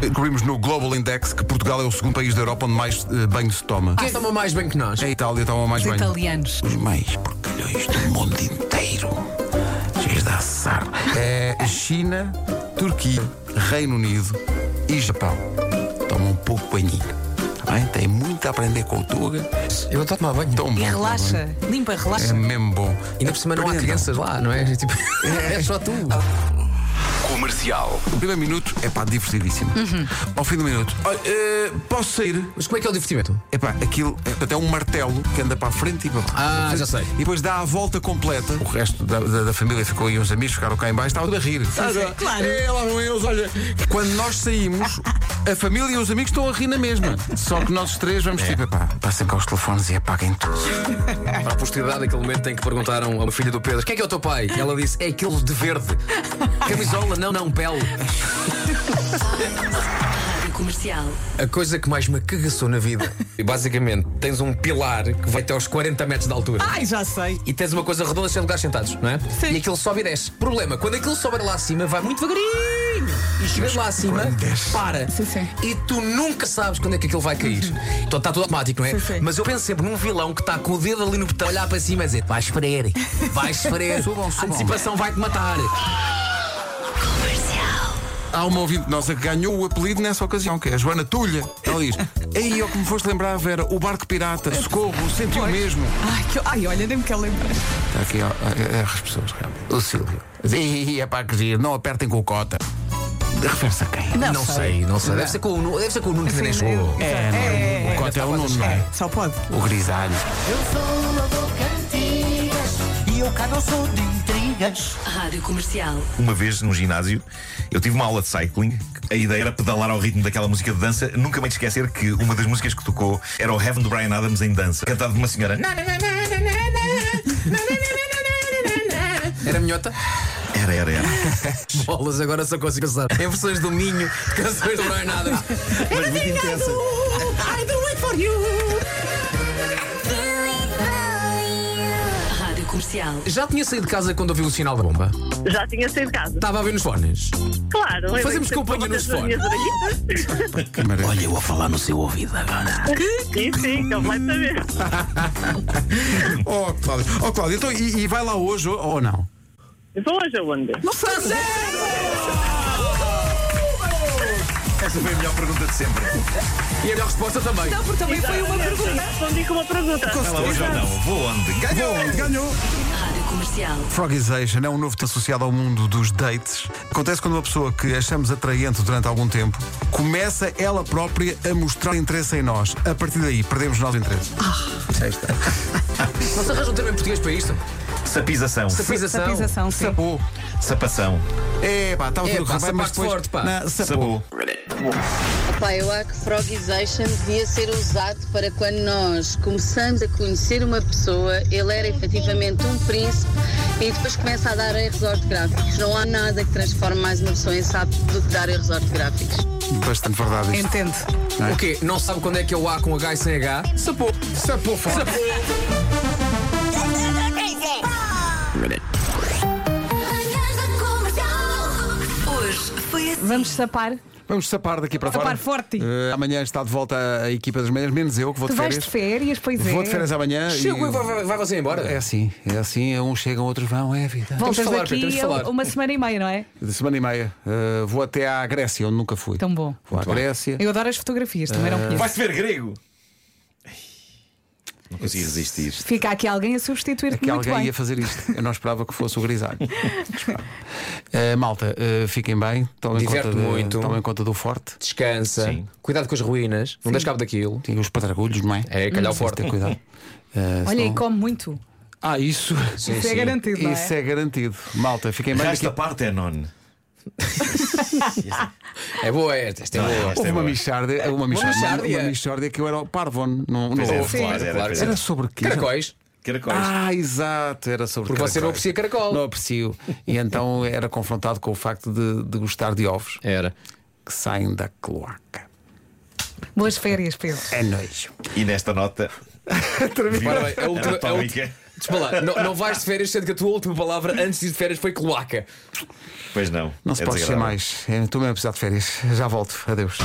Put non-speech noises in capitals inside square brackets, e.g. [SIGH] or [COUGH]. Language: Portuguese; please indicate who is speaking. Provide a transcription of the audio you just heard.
Speaker 1: descobrimos no Global Index que Portugal é o segundo país da Europa onde mais eh, banho se toma. É
Speaker 2: Ah, tomam mais bem que nós.
Speaker 1: A Itália toma mais
Speaker 3: Os
Speaker 1: banho.
Speaker 3: italianos.
Speaker 1: Os mais porcalhões do mundo inteiro. Cheios de assar. É China, Turquia, Reino Unido e Japão. Tomam pouco banhinho. Tá bem? Tem muito a um aprender com o Tuga.
Speaker 2: Eu estou a tomar banho.
Speaker 1: Tão Tá bom.
Speaker 3: E
Speaker 1: tão
Speaker 3: relaxa,
Speaker 1: bom.
Speaker 3: limpa,
Speaker 1: É
Speaker 3: relaxa.
Speaker 1: mesmo bom.
Speaker 2: Então, Ainda por cima não há
Speaker 1: Aprendam.
Speaker 2: crianças lá, não é? É Tipo, [LAUGHS] é só tu.
Speaker 4: Comercial.
Speaker 1: O primeiro minuto é pá, divertidíssimo.
Speaker 3: Uhum.
Speaker 1: Ao fim do minuto, olha, eh, posso sair?
Speaker 2: Mas como é que é o divertimento?
Speaker 1: Epá, aquilo é portanto, é um martelo que anda para a frente e para baixo.
Speaker 2: Ah, já sei.
Speaker 1: E depois dá a volta completa. O resto da, da- da família ficou aí, uns amigos ficaram cá em baixo, estava tudo a rir.
Speaker 3: sim, claro.
Speaker 1: É, lá vão eles, olha. Quando nós saímos, a família e os amigos estão a rir na mesma. Só que nós os três vamos tipo, epá, passem cá os telefones e apaguem tudo.
Speaker 2: Para a posteridade, aquele momento em que perguntaram a uma filha do Pedro: quem é que é o teu pai? E ela disse: é aquele de verde. [LAUGHS] Camisola, não, não, pele.
Speaker 3: Comercial.
Speaker 2: A coisa que mais me cagaçou na vida. E basicamente, tens um pilar que vai até aos 40 metros de altura.
Speaker 3: Ai, já sei.
Speaker 2: E tens uma coisa redonda sem lugares sentados, não é?
Speaker 3: Sim.
Speaker 2: E aquilo sobe e desce. Problema, quando aquilo sobe lá acima, vai muito devagarinho. E chegas lá acima,
Speaker 1: quando desce-
Speaker 2: para.
Speaker 3: Sim, sim. Uhum.
Speaker 2: E tu nunca sabes quando é que aquilo vai cair. Então está tudo automático, não é?
Speaker 3: Sim, sim.
Speaker 2: Mas eu penso sempre num vilão que está com o dedo ali no botão, a olhar para cima e dizer: vais esperar, vais esperar.
Speaker 1: [LAUGHS] Subam,
Speaker 2: a
Speaker 1: subam.
Speaker 2: antecipação vai-te matar.
Speaker 1: Há uma ouvinte nossa que ganhou o apelido nessa ocasião, que é a Joana Tulha. Ela diz: Aí, ó, que me foste lembrar, Vera, o barco pirata, socorro, senti o mesmo.
Speaker 3: Ai, que- ai, olha, nem me quero lembrar.
Speaker 1: Está aqui, ó, é, é, as pessoas realmente. O Silvio. Ih, é para que giro, não apertem com o cota. Refere-se a quem?
Speaker 3: Não,
Speaker 2: não sei. Deve ser com o Nuno, deve ser com o Nuno que ainda nem
Speaker 3: Sim,
Speaker 2: chegou.
Speaker 3: é,
Speaker 1: É, não é?
Speaker 3: é,
Speaker 1: o
Speaker 3: é,
Speaker 1: cota é o nome, não é?
Speaker 3: Só pode.
Speaker 1: O [LAUGHS] grisalho.
Speaker 5: Eu sou uma boca antigas e eu cá não sou de intrigas.
Speaker 3: Rádio Comercial.
Speaker 4: Uma vez num ginásio, eu tive uma aula de cycling. A ideia era pedalar ao ritmo daquela música de dança. Nunca me hei de esquecer que uma das músicas que tocou era o Heaven do Brian Adams em dança, cantado por uma senhora.
Speaker 2: Era minhota?
Speaker 4: Era, era, [LAUGHS] era.
Speaker 2: Bolas, agora só consigo usar. Em versões do Minho, canções do Brian Adams.
Speaker 3: [LAUGHS]
Speaker 4: Mas muito intensa.
Speaker 3: Rádio Comercial.
Speaker 2: Já tinha saído de casa quando ouviu o sinal da bomba?
Speaker 6: Já tinha saído de casa.
Speaker 2: Estava a ver nos fones.
Speaker 6: Claro. lembro-me
Speaker 2: Fazemos
Speaker 6: sempre
Speaker 2: companhia
Speaker 6: todas
Speaker 2: nos
Speaker 6: as minhas orelhitas.
Speaker 2: [LAUGHS]
Speaker 1: Que maravilha.
Speaker 5: Olha, eu a falar no seu ouvido agora.
Speaker 6: Sim, sim, completamente.
Speaker 1: Ó, Oh, Cláudio, ó, Cláudio, então, e, e vai lá hoje ou, ou não?
Speaker 6: Vou hoje aonde?
Speaker 4: Essa foi a melhor pergunta de sempre.
Speaker 2: E a melhor resposta também.
Speaker 3: Não, porque também foi uma pergunta.
Speaker 6: Respondi com uma pergunta.
Speaker 4: Vai lá hoje ou não? Vou onde? Ganhou!
Speaker 1: ganhou.
Speaker 3: Rádio Comercial.
Speaker 1: Frogization é um novo associado ao mundo dos dates. Acontece quando uma pessoa que achamos atraente durante algum tempo começa ela própria a mostrar interesse em nós. A partir daí, perdemos nós o interesse.
Speaker 2: Não se arranja um termo em português para isto?
Speaker 4: Sapização.
Speaker 2: Sapização.
Speaker 3: Sapização, sim.
Speaker 1: Sapou.
Speaker 4: Sapação.
Speaker 1: É, pá, estava
Speaker 2: É,
Speaker 1: tudo
Speaker 2: pá,
Speaker 1: a mas
Speaker 2: sapaste
Speaker 1: depois...
Speaker 2: forte, pá.
Speaker 1: Não, sapou.
Speaker 4: Sabou.
Speaker 7: Pá, eu acho que frogization devia ser usado para quando nós começamos a conhecer uma pessoa, ele era efetivamente um príncipe e depois começa a dar erros ortográficos. Não há nada que transforme mais uma pessoa em sapo do que dar erros ortográficos.
Speaker 1: Bastante verdade isto.
Speaker 3: Entendo.
Speaker 2: O quê? Não sabe quando é que é o A com H e sem H? Sapou. Sapou forte.
Speaker 3: Hoje foi assim. Vamos sapar.
Speaker 1: Vamos sapar daqui para
Speaker 3: Sapar
Speaker 1: fora.
Speaker 3: forte.
Speaker 1: Eh, amanhã está de volta a equipa das manhãs, menos eu que vou
Speaker 3: Tu
Speaker 1: de
Speaker 3: vais
Speaker 1: férias.
Speaker 3: de férias, pois é.
Speaker 1: Vou de férias amanhã. e-
Speaker 2: Chegou e vai, vai, vai você embora?
Speaker 1: É assim, é assim, uns chegam, outros vão, é a vida.
Speaker 3: Voltas
Speaker 2: falar, Pedro, temos
Speaker 3: daqui
Speaker 2: de
Speaker 3: a
Speaker 2: falar.
Speaker 3: uma semana e meia, não é?
Speaker 1: De semana e meia. eh, vou até à Grécia, onde nunca fui.
Speaker 3: Tão bom.
Speaker 1: Vou à Grécia.
Speaker 3: Eu adoro as fotografias, também não conheço.
Speaker 4: Vai-se ver grego! Ai, Não consegui resistir.
Speaker 3: Fica aqui alguém a substituir-te
Speaker 1: é Que
Speaker 3: muito
Speaker 1: alguém
Speaker 3: bem.
Speaker 1: ia fazer isto. Eu não esperava que fosse o
Speaker 3: [LAUGHS]
Speaker 1: grisalho. Esperava. Eh, malta, eh, fiquem bem. Tomem conta,
Speaker 2: Diverte
Speaker 1: de-
Speaker 2: muito.
Speaker 1: tomem conta do forte.
Speaker 2: Descansa.
Speaker 4: Sim.
Speaker 2: Cuidado com as ruínas. Não deixes cabo daquilo.
Speaker 1: Tem os padragulhos, não é?
Speaker 2: É, calhar o
Speaker 1: Preciso
Speaker 2: forte.
Speaker 1: ter cuidado. Eh,
Speaker 3: Olha, e
Speaker 1: senão-
Speaker 3: come muito.
Speaker 1: Ah, isso.
Speaker 3: Isso é
Speaker 2: sim.
Speaker 3: garantido, não é?
Speaker 1: Isso é garantido. Malta, fiquem bem.
Speaker 4: Já
Speaker 1: Daqui
Speaker 4: esta parte é non.
Speaker 2: É boa esta. Esta é
Speaker 4: Não,
Speaker 2: boa.
Speaker 4: esta
Speaker 1: Houve
Speaker 4: é
Speaker 1: uma
Speaker 4: boa.
Speaker 1: mixárdia, uma
Speaker 2: mixárdia.
Speaker 1: mixárdia, uma mixárdia que eu era o Parvon. Não, não
Speaker 4: Pois era,
Speaker 1: houve.
Speaker 4: é claro,
Speaker 2: é. Sim,
Speaker 4: era,
Speaker 2: claro.
Speaker 4: pois era.
Speaker 1: Era sobre quê?
Speaker 2: Caracóis.
Speaker 4: Caracóis.
Speaker 1: Ah, exato, era sobre
Speaker 2: Porque você não
Speaker 1: caracóis.
Speaker 2: aprecia caracol.
Speaker 1: Não aprecio. E então era confrontado com o facto de, de gostar de ovos
Speaker 2: Era.
Speaker 1: que saem da cloaca.
Speaker 3: Boas férias, Pedro.
Speaker 1: É nojo.
Speaker 4: E nesta nota. [LAUGHS]
Speaker 2: Ora bem, a última- a
Speaker 4: Anatómica.
Speaker 2: ulti- Desculpa lá, não, não vais de férias sendo que a tua última palavra antes de ir de férias foi cloaca.
Speaker 4: Pois não.
Speaker 1: Não se
Speaker 4: é
Speaker 1: pode ser
Speaker 4: desagradável.
Speaker 1: mais. É, Estou mesmo a precisar de férias. Já volto. Adeus.